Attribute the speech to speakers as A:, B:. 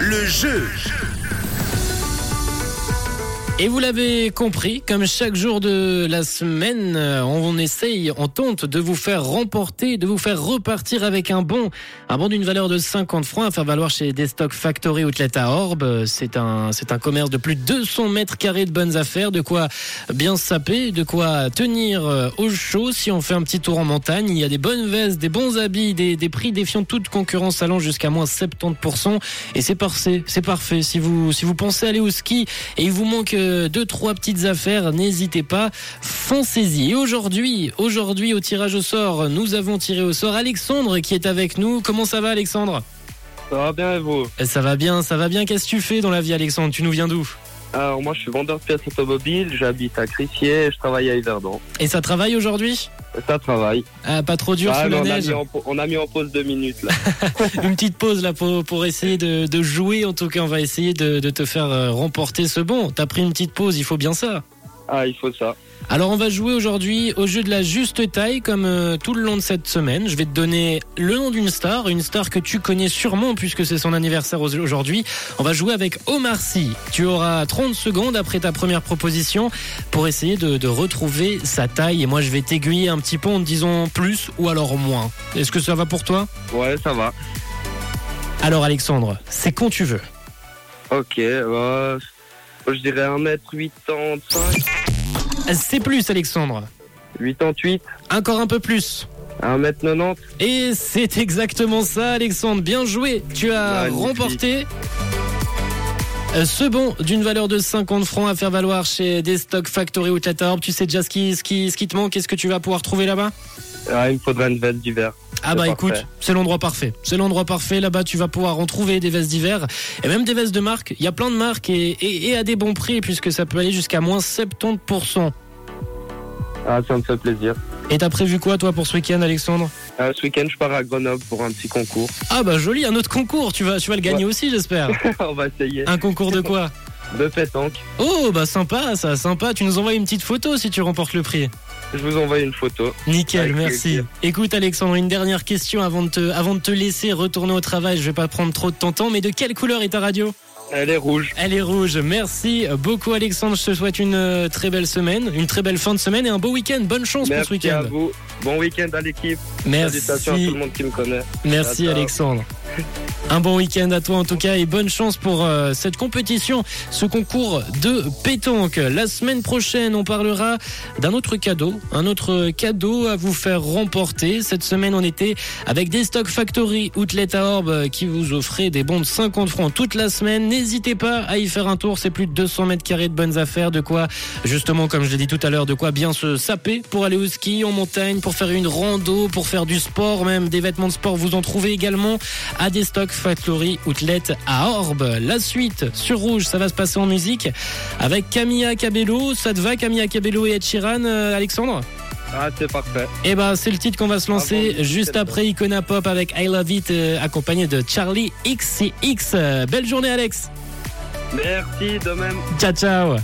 A: Le jeu.
B: Et vous l'avez compris, comme chaque jour de la semaine, euh, on essaye, on tente de vous faire remporter, de vous faire repartir avec un bon, un bon d'une valeur de 50 francs à faire valoir chez Destock Factory Outlet à Orbe. Euh, C'est un, c'est un commerce de plus de 200 mètres carrés de bonnes affaires, de quoi bien se saper, de quoi tenir euh, au chaud si on fait un petit tour en montagne. Il y a des bonnes vestes, des bons habits, des, des prix défiant toute concurrence allant jusqu'à moins 70%. Et c'est parfait, c'est parfait. Si vous, si vous pensez aller au ski et il vous manque euh, deux, trois petites affaires, n'hésitez pas, foncez-y. Et aujourd'hui, aujourd'hui, au tirage au sort, nous avons tiré au sort Alexandre qui est avec nous. Comment ça va, Alexandre?
C: Ça va bien et vous
B: Eh, Ça va bien, ça va bien. Qu'est-ce que tu fais dans la vie, Alexandre? Tu nous viens d'où?
C: Alors moi je suis vendeur de pièces automobiles, j'habite à Crissier et je travaille à Yverdon.
B: Et ça travaille aujourd'hui?
C: Ça travaille.
B: Ah, pas trop dur
C: Ah,
B: sous
C: mais
B: la
C: on, a
B: neige.
C: mis en, pa- on a mis en pause deux minutes là.
B: une petite pause là pour, pour essayer de, de jouer. En tout cas, on va essayer de, de te faire euh, remporter ce bon. T'as pris une petite pause, il faut bien ça.
C: ah il faut ça.
B: Alors, on va jouer aujourd'hui au jeu de la juste taille, comme euh, tout le long de cette semaine. Je vais te donner le nom d'une star, une star que tu connais sûrement puisque c'est son anniversaire au- aujourd'hui. On va jouer avec Omar Sy. Tu auras 30 secondes après ta première proposition pour essayer de, de retrouver sa taille. Et moi, je vais t'aiguiller un petit peu en te disant plus ou alors moins. Est-ce que ça va pour toi
C: Ouais ça va.
B: Alors, Alexandre, c'est quand tu veux.
C: Ok, bah, je dirais 1m85,
B: C'est plus, Alexandre.
C: 88,
B: Encore un peu plus.
C: 1m90.
B: Et c'est exactement ça, Alexandre. Bien joué. Tu as
C: Magnifique.
B: remporté. euh, Ce bon d'une valeur de 50 francs à faire valoir chez Destock Factory ou Catorb. Tu sais déjà ce qui, ce qui, ce qui te manque et ce que tu vas pouvoir trouver là-bas
C: Ah il me faudrait une veste d'hiver.
B: Ah
C: C'est
B: bah
C: parfait.
B: écoute, c'est l'endroit parfait. C'est l'endroit parfait. Là-bas, tu vas pouvoir en trouver des vestes d'hiver et même des vestes de marque. Il y a plein de marques et, et- et à des bons prix puisque ça peut aller jusqu'à moins 70%.
C: Ah ça me fait plaisir.
B: Et t'as prévu quoi toi pour ce week-end, Alexandre
C: Ah, ce week-end je pars à Grenoble pour un petit concours.
B: Ah bah joli, un autre concours, tu vas, tu vas le gagner aussi j'espère.
C: on va essayer.
B: Un concours de quoi
C: De pétanque.
B: Oh bah sympa ça, sympa, tu nous envoies une petite photo si tu remportes le prix.
C: Je vous envoie une photo.
B: Nickel,
C: Avec
B: merci.
C: plaisir.
B: Écoute Alexandre, une dernière question avant de, te, avant de te laisser retourner au travail, je vais pas prendre trop de ton temps, mais de quelle couleur est ta radio
C: Elle est rouge.
B: Elle est rouge, merci beaucoup Alexandre, je te souhaite une euh, très belle semaine, une très belle fin de semaine et un beau week-end, bonne chance pour ce
C: Merci à
B: week-end.
C: vous. Bon week-end à l'équipe. Salutations à
B: Merci.
C: tout le monde qui me connaît.
B: Merci
C: Ciao, ciao.
B: Alexandre. Un bon week-end à toi en tout cas et bonne chance pour euh, cette compétition, ce concours de pétanque. La semaine prochaine, on parlera d'un autre cadeau, un autre cadeau à vous faire remporter. Cette semaine, on était avec des Stock Factory Outlet à Orbe euh, qui vous offrait des bons de 50 francs toute la semaine. N'hésitez pas à y faire un tour, c'est plus de 200 mètres carrés de bonnes affaires, de quoi justement, comme je l'ai dit tout à l'heure, de quoi bien se saper pour aller au ski, en montagne, pour faire une rando, pour faire du sport, même des vêtements de sport, vous en trouvez également à des stocks Factory Outlet à Orbe. La suite sur Rouge, ça va se passer en musique avec Camilla Cabello. Ça te va, Camilla Cabello et Ed Sheeran, euh, Alexandre
C: Ah, c'est parfait.
B: Eh ben, c'est le titre qu'on va se lancer
C: Ah bon,
B: juste
C: c'est
B: après Icona Pop avec I Love It, euh, accompagné de Charlie XCX. Euh, Belle journée, Alex.
C: Merci, de même.
B: Ciao, ciao.